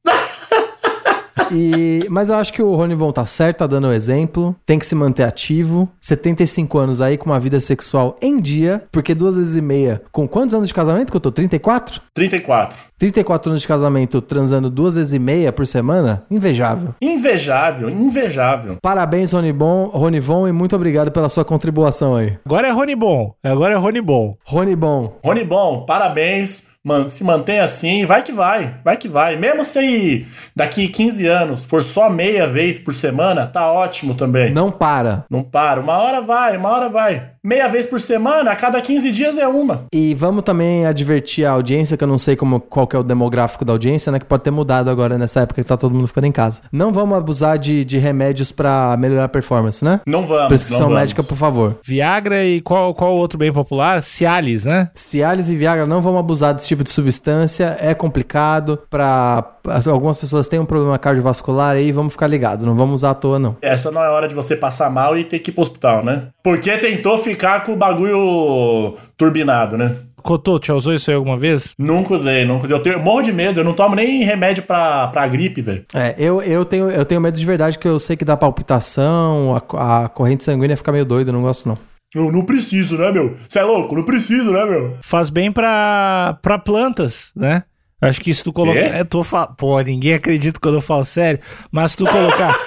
E, mas eu acho que o Rony Von tá certo, tá dando o exemplo. Tem que se manter ativo. 75 anos aí com uma vida sexual em dia. Porque duas vezes e meia. Com quantos anos de casamento que eu tô? 34?
34.
34 anos de casamento transando duas vezes e meia por semana? Invejável.
Invejável, invejável.
Parabéns, Rony, Bon, Rony Von, e muito obrigado pela sua contribuição aí.
Agora é Rony Bom. Agora é Rony Bom.
Rony Bon,
Rony Bom, parabéns. Man, se mantém assim, vai que vai, vai que vai. Mesmo se daqui 15 anos for só meia vez por semana, tá ótimo também.
não para.
Não para, uma hora vai, uma hora vai. Meia vez por semana, a cada 15 dias é uma.
E vamos também advertir a audiência, que eu não sei como, qual que é o demográfico da audiência, né? Que pode ter mudado agora nessa época que tá todo mundo ficando em casa. Não vamos abusar de, de remédios pra melhorar a performance, né?
Não vamos. não
Prescrição
vamos.
médica, por favor.
Viagra e qual qual outro bem popular? Cialis, né?
Cialis e Viagra não vamos abusar desse tipo de substância, é complicado para algumas pessoas têm um problema cardiovascular aí, vamos ficar ligado, não vamos usar à toa não.
Essa não é hora de você passar mal e ter que ir pro hospital, né? Porque tentou ficar com o bagulho turbinado, né?
Cotô, já usou isso aí alguma vez?
Nunca usei, nunca usei. Eu, tenho, eu morro de medo, eu não tomo nem remédio pra, pra gripe, velho.
É, eu, eu, tenho, eu tenho medo de verdade que eu sei que dá palpitação, a co- a, corrente sanguínea fica meio doida, não gosto não.
Eu não preciso, né, meu? Você é louco? Não preciso, né, meu?
Faz bem pra, pra plantas, né? Acho que se tu colocar.
Quê?
É, tô fal... Pô, ninguém acredita quando eu falo sério, mas se tu colocar.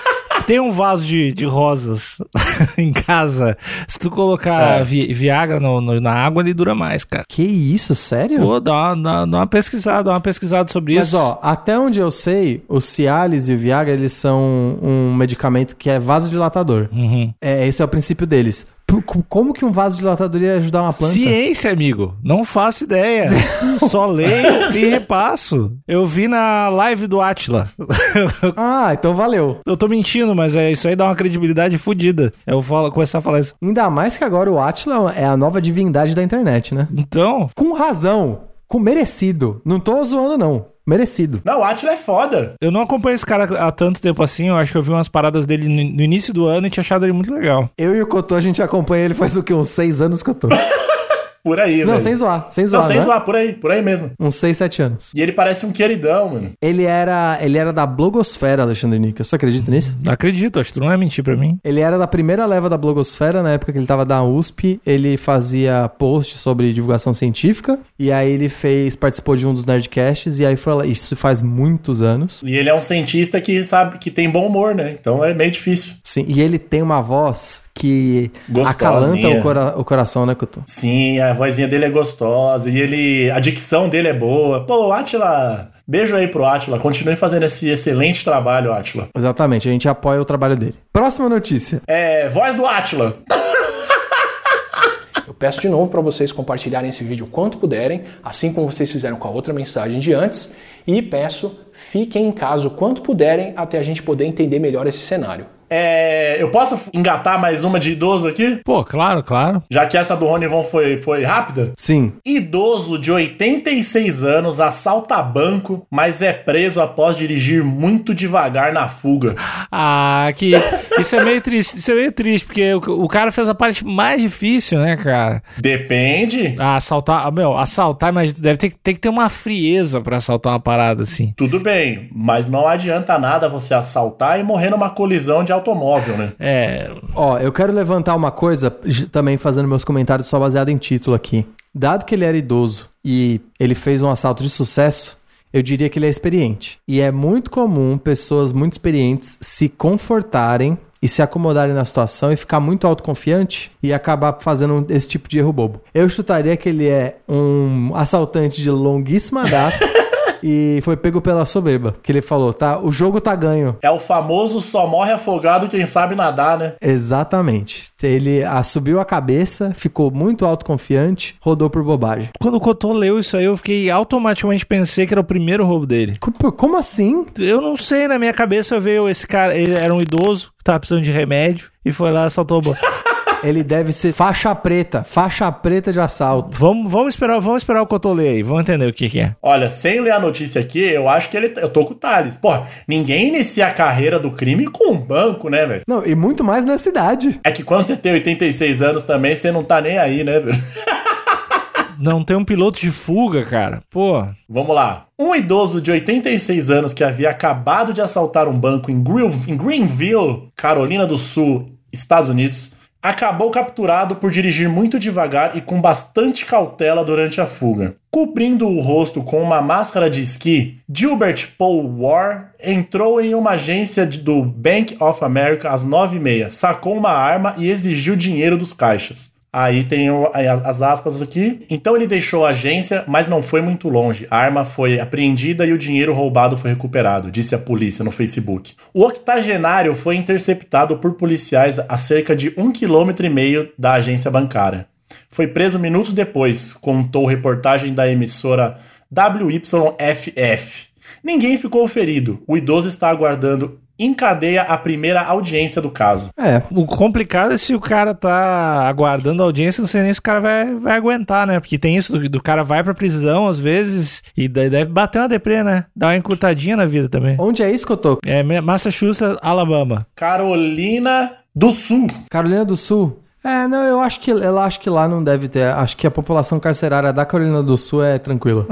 tem um vaso de, de rosas *laughs* em casa, se tu colocar
É.
vi- Viagra no- no- na água, ele dura mais, cara.
Que isso, sério?
Pô, dá, uma- dá- dá uma pesquisada, dá uma pesquisada sobre
Mas
isso.
ó, até onde eu sei, o Cialis e o Viagra, eles são um medicamento que é vasodilatador.
Uhum.
É, esse é o princípio deles. Por- co- Como que um vasodilatador ia ajudar uma planta?
Ciência, amigo. Não faço *laughs* ideia. Só leio e repasso. Eu vi na live do Atila. *laughs*
Ah, então valeu.
Eu tô mentindo, mas é isso aí dá uma credibilidade fodida. Eu falo, começar a falar isso.
Ainda mais que agora o Atila é a nova divindade da internet, né?
Então,
Com razão, com merecido. Não tô zoando, não. Merecido.
Não, o Atila é foda.
eu não acompanho esse cara há tanto tempo assim. Eu acho que eu vi umas paradas dele no no início do ano e tinha achado ele muito legal.
Eu e o Cotô, a gente acompanha ele faz o quê? Uns seis anos que eu tô.
Por aí,
Não,
velho.
sem zoar. Sem
Não,
zoar,
sem
né?
zoar, por aí, por aí mesmo.
Uns seis, sete anos.
E ele parece um queridão, mano.
Ele era, ele era da blogosfera, Alexandre Nica. Você acredita nisso?
Não acredito, acho que tu não vai mentir pra mim.
Ele era da primeira leva da blogosfera, na época que ele tava da USP, ele fazia posts sobre divulgação científica, e aí ele fez, participou de um dos Nerdcasts, e aí foi lá, isso faz muitos anos.
E ele é um cientista que sabe que tem bom humor, né? Então é meio difícil.
Sim, e ele tem uma voz que
Gostosinha.
acalanta o, cora- o coração, né, Couto?
Sim, a vozinha dele é gostosa e ele, a dicção dele é boa. Pô, Atila, beijo aí pro Atila. Continue fazendo esse excelente trabalho, Atila.
Exatamente, a gente apoia o trabalho dele. Próxima notícia.
É, voz do Atila.
Eu peço de novo para vocês compartilharem esse vídeo o quanto puderem, assim como vocês fizeram com a outra mensagem de antes, e peço fiquem em casa o quanto puderem até a gente poder entender melhor esse cenário.
É, eu posso engatar mais uma de idoso aqui?
Pô, claro, claro.
Já que essa do Rony Von foi, foi rápida?
Sim,
Idoso de 86 anos assalta banco, mas é preso após dirigir muito devagar na fuga.
Ah, *laughs* que. Isso é meio triste. Isso é meio triste, porque o, o cara fez a parte mais difícil, né, cara?
Depende.
Ah, assaltar. ah, Meu, assaltar, mas deve ter, que- tem que ter uma frieza pra assaltar uma parada assim.
Tudo bem, mas não adianta nada você assaltar e morrer numa colisão de automóvel, né?
É.
Ó, eu quero levantar uma coisa, j- também fazendo meus comentários só baseado em título aqui. Dado que ele era idoso e ele fez um assalto de sucesso, eu diria que ele é experiente. E é muito comum pessoas muito experientes se confortarem e se acomodarem na situação e ficar muito autoconfiante e acabar fazendo um- esse tipo de erro bobo. Eu chutaria que ele é um assaltante de longuíssima data e foi pego pela soberba. Que ele falou, tá, o jogo tá ganho.
É o famoso só morre afogado quem sabe nadar, né?
Exatamente. Ele assumiu a cabeça, ficou muito autoconfiante, rodou por bobagem.
Quando o Cotô leu isso aí, eu fiquei automaticamente pensei que era o primeiro roubo dele.
Co- por- Como assim?
Eu não sei, na minha cabeça veio esse cara, ele era um idoso que tava precisando de remédio e foi lá e assaltou *laughs* o banco.
Ele deve ser faixa preta, faixa preta de assalto.
vamos, vamos esperar, vamos esperar o Cotô ler aí, vamos entender o que que é.
Olha, sem ler a notícia aqui, eu acho que ele. tá, Eu tô com o Thales. Pô, ninguém inicia a carreira do crime com um banco, né, velho?
Não, e muito mais na cidade.
É que quando você tem 86 anos também, você não tá nem aí, né, velho?
Não tem um piloto de fuga, cara. Pô,
Vamos lá. Um idoso de 86 anos que havia acabado de assaltar um banco em Greel- em Greenville, Carolina do Sul, Estados Unidos, acabou capturado por dirigir muito devagar e com bastante cautela durante a fuga. Cobrindo o rosto com uma máscara de esqui, Gilbert Paul War entrou em uma agência de- do Bank of America às 9h30, sacou uma arma e exigiu dinheiro dos caixas. Aí tem o- aí a- as aspas aqui. Então ele deixou a agência, mas não foi muito longe. A arma foi apreendida e o dinheiro roubado foi recuperado, disse a polícia no Facebook. O octogenário foi interceptado por policiais a cerca de um quilômetro e meio da agência bancária. Foi preso minutos depois, contou reportagem da emissora WYFF. Ninguém ficou ferido. O idoso está aguardando em cadeia a primeira audiência do caso.
É.
O complicado é se o cara tá aguardando a audiência, não sei nem se o cara vai, vai aguentar, né? Porque tem isso do, do cara vai pra prisão às vezes e daí deve bater uma deprê, né? Dá uma encurtadinha na vida também.
Onde é isso que eu tô?
É Ma- Massachusetts, Alabama.
Carolina do Sul.
Carolina do Sul? É, não, eu acho que ela acho que lá não deve ter. Acho que a população carcerária da Carolina do Sul é tranquila.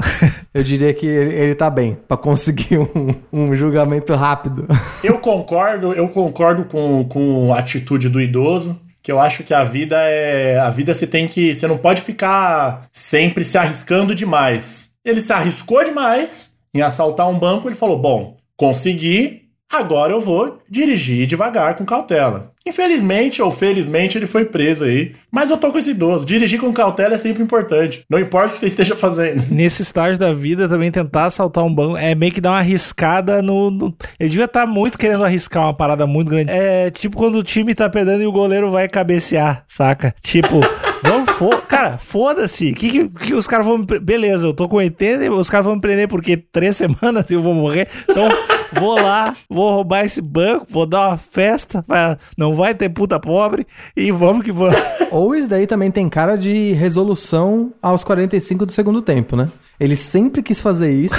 Eu diria que ele, ele tá bem pra conseguir um, um julgamento rápido.
Eu concordo, eu concordo com, com a atitude do idoso, que eu acho que a vida é. A vida você tem que. Você não pode ficar sempre se arriscando demais. Ele se arriscou demais em assaltar um banco, ele falou: bom, consegui. Agora eu vou dirigir devagar com cautela. Infelizmente ou felizmente ele foi preso aí. Mas eu tô com esse idoso. Dirigir com cautela é sempre importante. Não importa o que você esteja fazendo.
Nesse estágio da vida, também tentar assaltar um banco é meio que dar uma arriscada no. no- Ele devia estar muito querendo arriscar uma parada muito grande. É tipo quando o time tá perdendo e o goleiro vai cabecear, saca?
*laughs*
Tipo. Vamos fo cara, foda-se. Que, que, que os caras vão me. pre- Beleza, eu tô com 80, os caras vão me prender porque três *laughs* semanas e eu vou morrer. Então, vou lá, vou roubar esse banco, vou dar uma festa. pra- Não vai ter puta pobre. E vamos que vamos.
Ou isso daí também tem cara de resolução aos 45 do segundo tempo, né? Ele sempre quis fazer isso,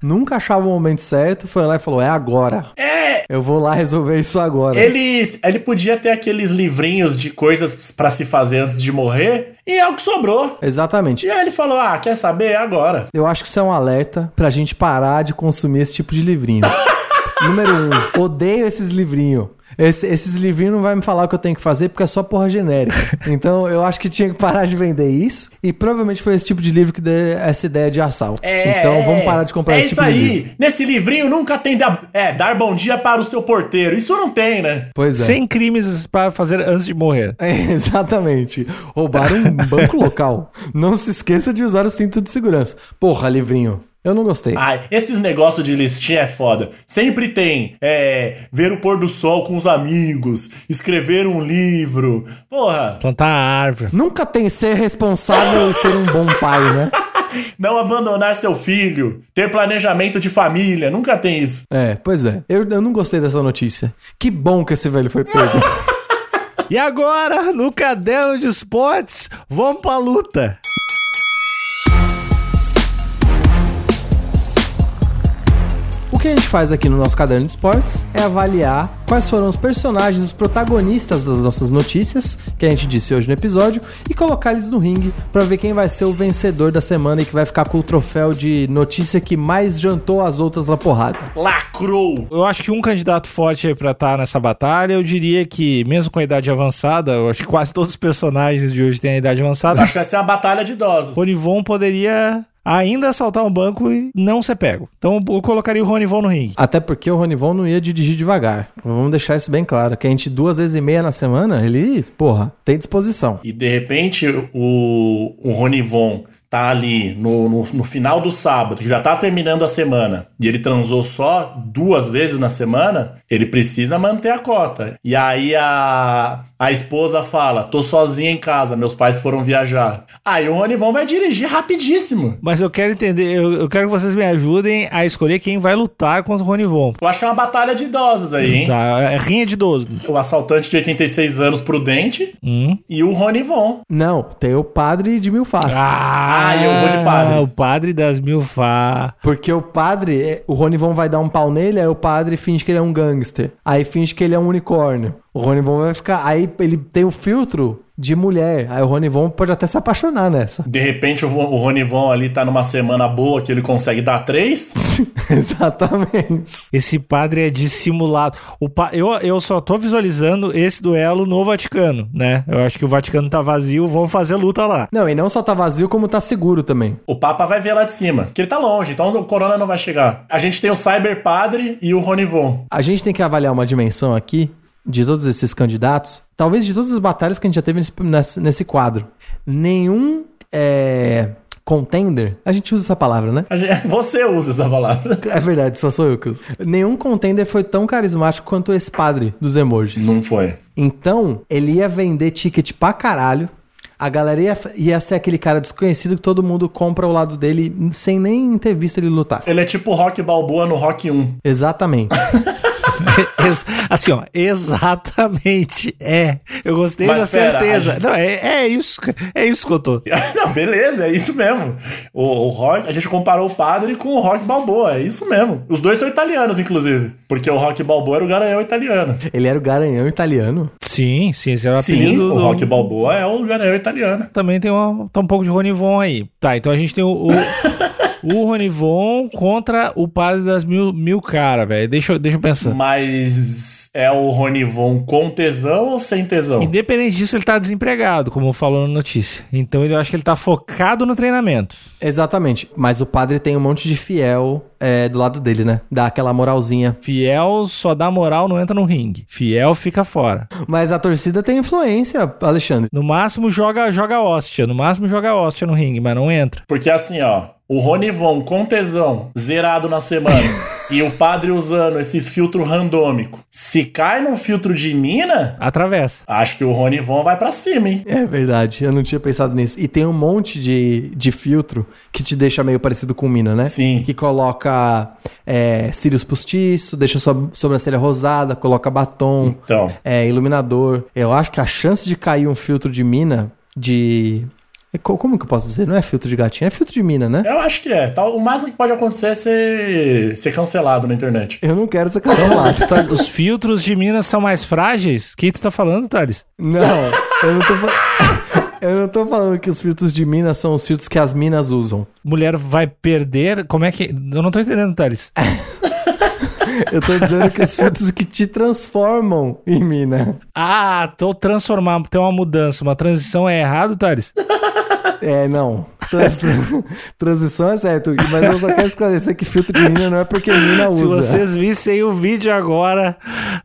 nunca achava o momento certo, foi lá e falou: é agora. É! Eu vou lá resolver isso
Uhum.
agora.
Ele, ele podia ter aqueles livrinhos de coisas pra se fazer antes de morrer, e é o que sobrou.
Exatamente.
E aí ele falou: Ah, quer saber? É agora.
Eu acho que isso é um alerta pra gente parar de consumir esse tipo de
*laughs*
livrinho. Número um, odeio esses livrinhos. Esse- esses livrinhos não vai me falar o que eu tenho que fazer porque é só porra
*laughs*
genérica. Então eu acho que tinha que parar de vender isso. E provavelmente foi esse tipo de livro que deu essa ideia de assalto. então vamos parar de comprar
é
esse
isso
tipo de livro.
aí. Nesse livrinho nunca tem da- é, dar bom dia para o seu porteiro. Isso não tem, né?
Pois é.
100 crimes pra fazer antes de morrer.
É, *laughs* exatamente. Roubar um banco local. Não se esqueça de usar o cinto de segurança. Porra, livrinho. Eu não gostei.
Ai, esses negócios de listinha é foda. Sempre tem é, ver o pôr do sol com os amigos, escrever um livro. Porra,
Plantar a árvore.
Nunca tem ser responsável e ser um bom pai, né?
não abandonar seu filho, ter planejamento de família. Nunca tem isso.
É, pois é. Eu, eu não gostei dessa notícia. Que bom que esse velho foi pego.
E agora, no caderno de esportes, vamos pra luta.
*laughs* o que a gente faz aqui no nosso caderno de esportes é avaliar quais foram os personagens, os protagonistas das nossas notícias, que a gente disse hoje no episódio, e colocar eles no ringue pra ver quem vai ser o vencedor da semana e que vai ficar com o troféu de notícia que mais jantou as outras na porrada.
Lacrou.
Eu acho que um candidato forte aí pra estar nessa batalha, eu diria que, mesmo com a idade avançada, eu acho que quase todos os personagens de hoje têm a idade avançada, *laughs*
Acho que essa é uma batalha de idosos.
Rony Von poderia ainda assaltar um banco e não ser pego. Então eu colocaria o Rony Von no ringue.
Até porque o Ronivon não ia dirigir devagar. Vamos deixar isso bem claro. Que a gente duas vezes e meia na semana, ele, porra, tem disposição.
E de repente o, o Ronivon tá ali no, no, no final do sábado, que já tá terminando a semana, e ele transou só duas vezes na semana, ele precisa manter a cota. E aí a, a esposa fala: tô sozinha em casa, meus pais foram viajar. Aí o Ronivon vai dirigir rapidíssimo.
Mas eu quero entender, eu, eu quero que vocês me ajudem a escolher quem vai lutar contra o Rony Von.
Eu acho que é uma batalha de idosos aí, hein?
Tá, é rinha de idoso.
O assaltante de 86 anos prudente
Hum.
e o Ronivon.
Não, tem o padre de mil faces.
Ah, eu vou de padre.
O padre das mil fa...
Porque o padre, é, o Ronivon vai dar um pau nele, aí o padre finge que ele é um gangster. Aí finge que ele é um unicórnio. O Ronivon vai ficar. Aí ele tem o filtro de mulher. Aí o Ronivon pode até se apaixonar nessa. *laughs*
De repente o, Vo- o Ronivon ali tá numa semana boa que ele consegue dar três.
Exatamente.
Esse padre é dissimulado. O pa... eu, eu só tô visualizando esse duelo no Vaticano, né? Eu acho que o Vaticano tá vazio, vão fazer luta lá. *laughs*
Não, e não só tá vazio, como tá seguro também.
O Papa vai ver lá de cima, que ele tá longe, então o Corona não vai chegar. A gente tem o Cyber Padre e o Ronivon.
A gente tem que avaliar uma dimensão aqui de todos esses candidatos, talvez de todas as batalhas que a gente já teve nesse, nesse- nesse quadro. Nenhum é, contender, a gente usa essa palavra, né?
A gente- *laughs* Você usa essa palavra.
É verdade, só sou eu que uso. Nenhum contender foi tão carismático quanto esse padre dos emojis.
Não foi.
Então, ele ia vender ticket pra caralho. A galera ia, ia ser aquele cara desconhecido que todo mundo compra ao lado dele sem nem ter visto ele lutar.
Ele é tipo o Rock Balboa no Rock 1.
Exatamente.
Ex- assim, ó, exatamente é. Eu gostei
Mas
da
pera,
certeza.
a gente-
Não, é, é isso, ca- é isso que eu tô.
*laughs* Não, beleza, é isso mesmo. O, o Rock, a gente comparou o padre com o Rock Balboa, é isso mesmo. Os dois são italianos, inclusive. Porque o Rock Balboa era o garanhão italiano.
*laughs* ele era o garanhão italiano.
Sim, sim, esse era o
Sim,
apelido
o
do-
Rock Balboa é o garanhão italiano.
Também tem uma, tá um pouco de Ronivon aí. Tá, então a gente tem o... *laughs* o... O Ronivon contra o padre das mil, mil cara, velho. Deixa, eu- deixa eu pensar.
Mas é o Ronivon com tesão ou sem tesão?
Independente disso, ele tá desempregado, como falou na notícia. Então ele eu acho que ele tá focado no treinamento.
Exatamente. Mas o padre tem um monte de fiel é, do lado dele, né? Dá aquela moralzinha.
Fiel só dá moral, não entra no ringue. Fiel fica fora.
Mas a torcida tem influência, Alexandre.
No máximo joga joga hóstia, no máximo joga hóstia no ringue, mas não entra.
Porque assim, ó, o Ronivon com tesão, zerado na semana, e o padre usando esses filtros randômicos. Se cai num filtro de mina,
Atravessa.
acho que o Ronivon vai pra cima, hein?
É verdade, eu não tinha pensado nisso. E tem um monte de, de filtro que te deixa meio parecido com mina, né?
Sim.
Que coloca é, cílios postiço, deixa sua sobrancelha rosada, coloca batom,
Então.
é, iluminador. Eu acho que a chance de cair um filtro de mina, de... é, co- Como que eu posso dizer? Não é filtro de gatinho, é filtro de mina, né?
Eu acho que é. Tá, o máximo que pode acontecer é ser, ser cancelado na internet.
Eu não quero ser cancelado.
*laughs* Tu tá- Os filtros de Minas são mais frágeis? O que tu tá falando, Thales?
Não, eu não tô falando. *laughs* Eu não tô falando que os filtros de minas são os filtros que as minas usam.
Mulher vai perder. Como é que. Eu não tô entendendo, Thales.
Eu tô dizendo que os filtros que te transformam em né? mina.
Ah, tô transformar, tem uma mudança, uma transição é errado, Thales?
É, não. Trans- *laughs* transição é certo. Mas eu só quero esclarecer que filtro de mina não é porque mina
Se
usa. *laughs*
vocês vissem o vídeo agora,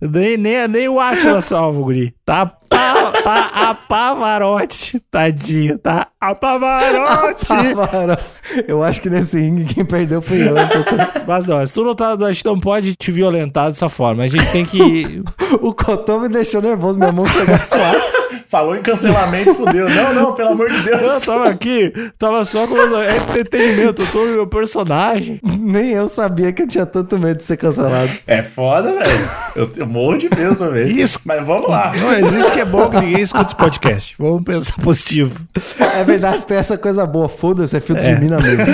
nem, nem, nem o Atila salvo, guri. Tá, pa, tá a pavarote, tadinho, tá a *laughs* pavarote.
Para. Tá, Eu acho que nesse ringue quem perdeu foi eu. porque
Mas não, se tu não tá, a gente não pode te violentar dessa forma, a gente tem *laughs* que...
O Cotô me deixou nervoso, minha mão chegou a suar.
*laughs* Falou em cancelamento, fudeu. Não, não, pelo amor de
*laughs* Eu
Deus.
tava aqui, tava só com é entretenimento, eu tô no meu personagem.
Nem eu sabia que eu tinha tanto medo de ser cancelado.
É foda, velho. Eu, eu morro de medo também.
Isso.
Mas vamos lá.
Mas isso que é bom que ninguém escuta esse podcast, vamos pensar *laughs* positivo.
É verdade, tem essa coisa boa. Foda-se, é filtro de mina mesmo.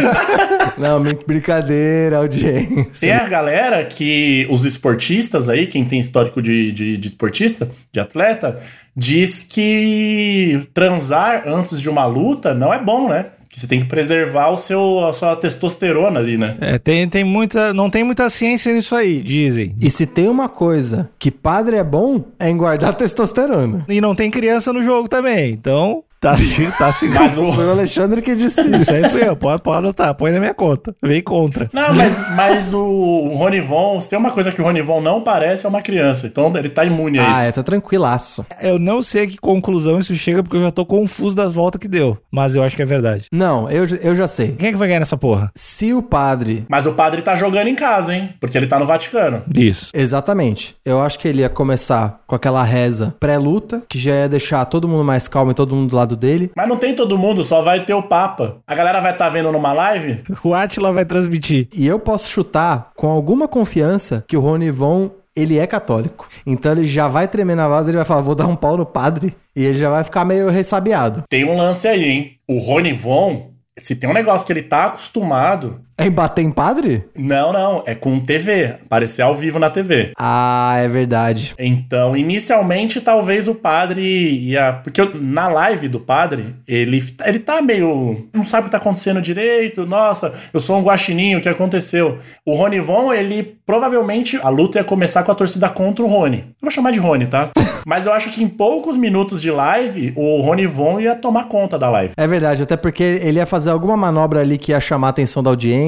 Não, men- brincadeira, audiência.
Tem a galera que, os esportistas aí, quem tem histórico de, de, de esportista, de atleta, diz que transar antes de uma luta não é bom, né? Que você tem que preservar o seu, a sua testosterona ali, né?
É, tem, tem muita, não tem muita ciência nisso aí, dizem.
E se tem uma coisa que padre é bom, é em guardar testosterona.
E não tem criança no jogo também, então tá, se- tá seguro.
Mas o, *laughs*
Foi o Alexandre que disse
Isso
isso.
aí foi eu, pode, pode anotar, põe na minha conta. Vem contra.
Não, mas, mas o, o Ronivon, se tem uma coisa que o Ronivon não parece, é uma criança. Então ele tá imune a isso.
Ah, é, tá tranquilaço.
Eu não sei a que conclusão isso chega, porque eu já tô confuso das voltas que deu. Mas eu acho que é verdade.
Não, eu, eu já sei.
Quem é que vai ganhar nessa porra?
Se o padre.
Mas o padre tá jogando em casa, hein? Porque ele tá no Vaticano.
Isso.
Exatamente. Eu acho que ele ia começar com aquela reza pré-luta, que já ia deixar todo mundo mais calmo e todo mundo do lado dele.
Mas não tem todo mundo, só vai ter o Papa. A galera vai tá vendo numa live?
O Atila vai transmitir.
E eu posso chutar com alguma confiança que o Ronivon, ele é católico. Então ele já vai tremer na vaza, ele vai falar, vou dar um pau no padre. E ele já vai ficar meio ressabiado.
Tem um lance aí, hein? O Ronivon, se tem um negócio que ele tá acostumado.
É em bater em padre?
Não, não, é com TV. Aparecer ao vivo na TV.
Ah, é verdade.
Então, inicialmente, talvez o padre ia. Porque eu- na live do padre, ele, ele tá meio. Não sabe o que tá acontecendo direito. Nossa, eu sou um guaxininho, o que aconteceu? O Ronivon, ele provavelmente. A luta ia começar com a torcida contra o Rony. Eu vou chamar de Rony, tá? Mas eu acho que em poucos minutos de live, o Ronivon ia tomar conta da live.
É verdade, até porque ele ia fazer alguma manobra ali que ia chamar a atenção da audiência.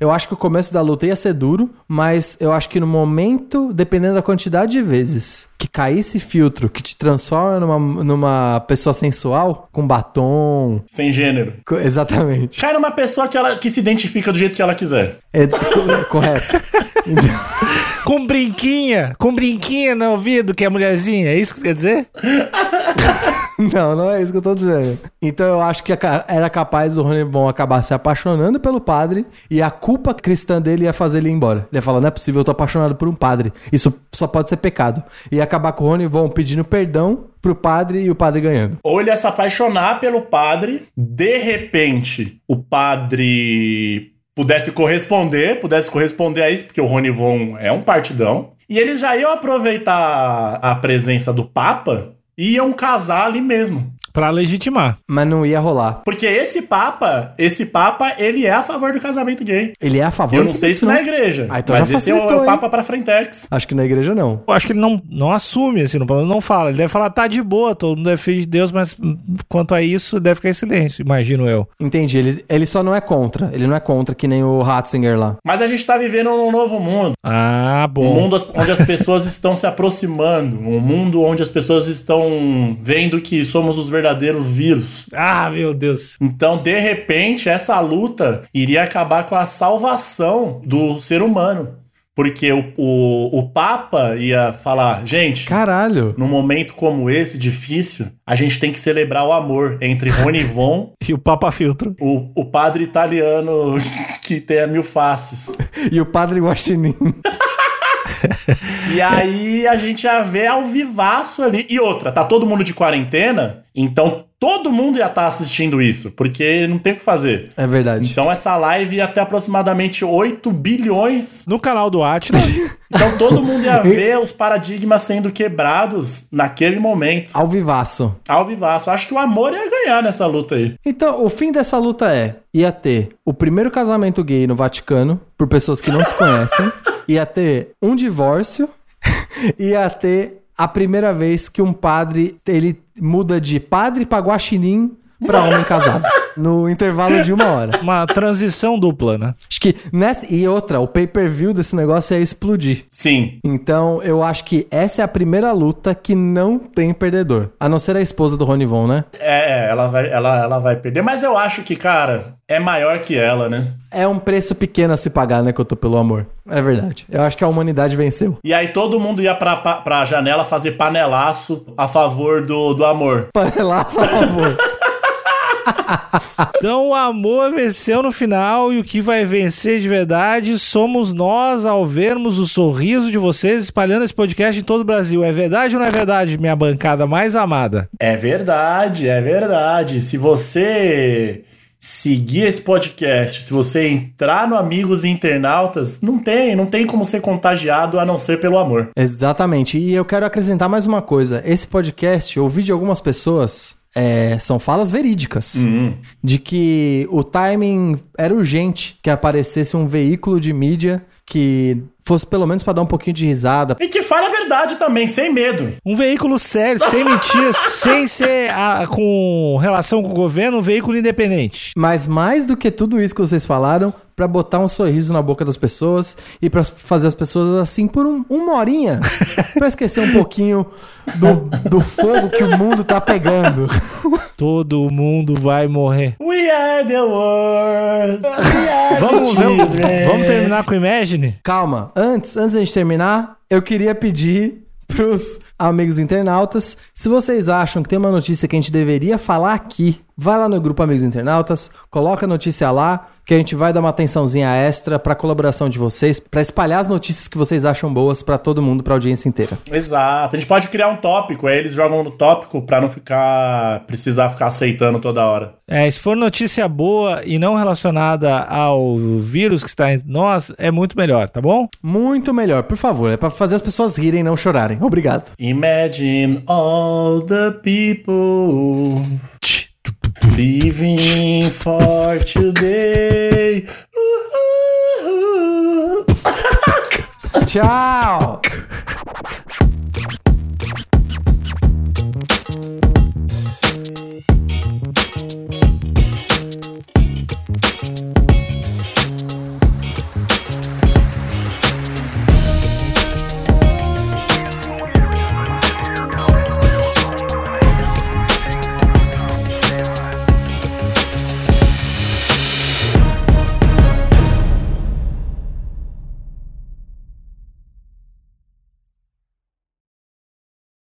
Eu acho que o começo da luta ia ser duro, mas eu acho que no momento, dependendo da quantidade de vezes que cair esse filtro que te transforma numa, numa pessoa sensual, com batom.
Sem gênero.
co- Exatamente.
Cai numa é pessoa que, ela, que se identifica do jeito que ela quiser.
É co- correto.
Com brinquinha, com brinquinha no ouvido, que é mulherzinha, é isso que tu quer dizer?
*laughs* Não, não é isso que eu tô dizendo. Então eu acho que a ca- era capaz do Rony Bon acabar se apaixonando pelo padre e a culpa cristã dele ia fazer ele ir embora. Ele ia falar, não é possível, eu tô apaixonado por um padre. Isso só pode ser pecado. E ia acabar com o Rony Bon pedindo perdão pro padre e o padre ganhando.
Ou ele ia se apaixonar pelo padre, de repente o padre pudesse corresponder, pudesse corresponder a isso, porque o Ronivon é um partidão. E eles já iam aproveitar a presença do Papa e iam casar ali mesmo.
Pra legitimar.
Mas não ia rolar.
Porque esse Papa, esse Papa, ele é a favor do casamento gay.
Ele é a favor
Eu
do
não sei se
não.
na igreja.
Ah, então
mas
já
esse é o, é
facilitou,
o
hein?
Papa pra Frentex.
Acho que na igreja não.
Eu acho que ele não, não assume, assim, não, não fala. Ele deve falar, tá de boa, todo mundo é filho de Deus, mas hum, quanto a isso, deve ficar em silêncio, imagino eu.
Entendi. Ele, ele só não é contra. Ele não é contra, que nem o Ratzinger lá. *laughs*
Mas a gente tá vivendo num novo mundo.
Ah,
Um
bom.
mundo as- onde as pessoas estão se aproximando. Um mundo onde as pessoas estão vendo que somos os verdadeiros vírus.
Ah, meu Deus.
Então, de repente, essa luta iria acabar com a salvação do ser humano. Porque o, o, o Papa ia falar, gente,
Caralho.
num momento como esse, difícil, a gente tem que celebrar o amor entre Rony Von,
E o Papa Filtro.
o, o padre italiano *laughs* que tem a mil faces.
E o padre Guaxinim.
E aí a gente já vê ao vivaço ali. E outra, tá todo mundo de quarentena, então todo mundo ia estar assistindo isso, porque não tem o que fazer.
É verdade.
Então essa live ia até aproximadamente 8 bilhões.
No canal do Atila,
Então todo mundo ia ver os paradigmas sendo quebrados naquele momento.
Ao vivaço.
Ao vivaço. Acho que o amor ia ganhar nessa luta aí.
Então, o fim dessa luta é: ia ter o primeiro casamento gay no Vaticano, por pessoas que não se conhecem, ia ter um divórcio, *laughs* ia ter a primeira vez que um padre ele muda de padre pra guaxinim pra homem casado, no intervalo de uma hora.
uma transição dupla, né?
Acho que nessa e outra, o pay-per-view desse negócio ia explodir.
Sim.
Então, eu acho que essa é a primeira luta que não tem perdedor. A não ser a esposa do Ronivon, né?
É, ela vai, ela, ela vai perder. Mas eu acho que, cara, é maior que ela, né?
É um preço pequeno a se pagar, né, que eu tô pelo amor. É verdade. Eu acho que a humanidade venceu. *laughs*
E aí todo mundo ia pra, pra, pra janela fazer panelaço a favor do, do amor.
Panelaço a favor.
Então o amor venceu no final e o que vai vencer de verdade somos nós ao vermos o sorriso de vocês espalhando esse podcast em todo o Brasil. É verdade ou não é verdade, minha bancada mais amada?
É verdade, é verdade. Se você seguir esse podcast, se você entrar no Amigos e Internautas, não tem, não tem como ser contagiado a não ser pelo amor.
Exatamente. E eu quero acrescentar mais uma coisa. Esse podcast, eu ouvi de algumas pessoas, é, são falas verídicas.
Hum.
de que o timing era urgente que aparecesse um veículo de mídia que fosse pelo menos pra dar um pouquinho de risada.
E que fala a verdade também, sem medo.
Um veículo sério, sem mentiras, sem ser ah, com relação com o governo, um veículo independente.
Mas mais do que tudo isso que vocês falaram, pra botar um sorriso na boca das pessoas e pra fazer as pessoas assim por um- uma horinha, Pra esquecer um pouquinho do, do fogo que o mundo tá pegando.
Todo mundo vai morrer.
We are the world. We are
Vamos,
the
vamos,
children.
vamos terminar com Imagine?
Calma, antes, antes da gente terminar, eu queria pedir pros amigos internautas, se vocês acham que tem uma notícia que a gente deveria falar aqui, vai lá no grupo Amigos Internautas, coloca a notícia lá, que a gente vai dar uma atençãozinha extra pra colaboração de vocês, pra espalhar as notícias que vocês acham boas pra todo mundo, pra audiência inteira.
Exato. A gente pode criar um tópico, aí eles jogam no tópico pra não ficar. precisar ficar aceitando toda hora.
É, se for notícia boa e não relacionada ao vírus que está entre nós, é muito melhor, tá bom?
Muito melhor, por favor, é pra fazer as pessoas rirem, não chorarem. Obrigado.
Imagine all the people living for today. Uhul.
Tchau.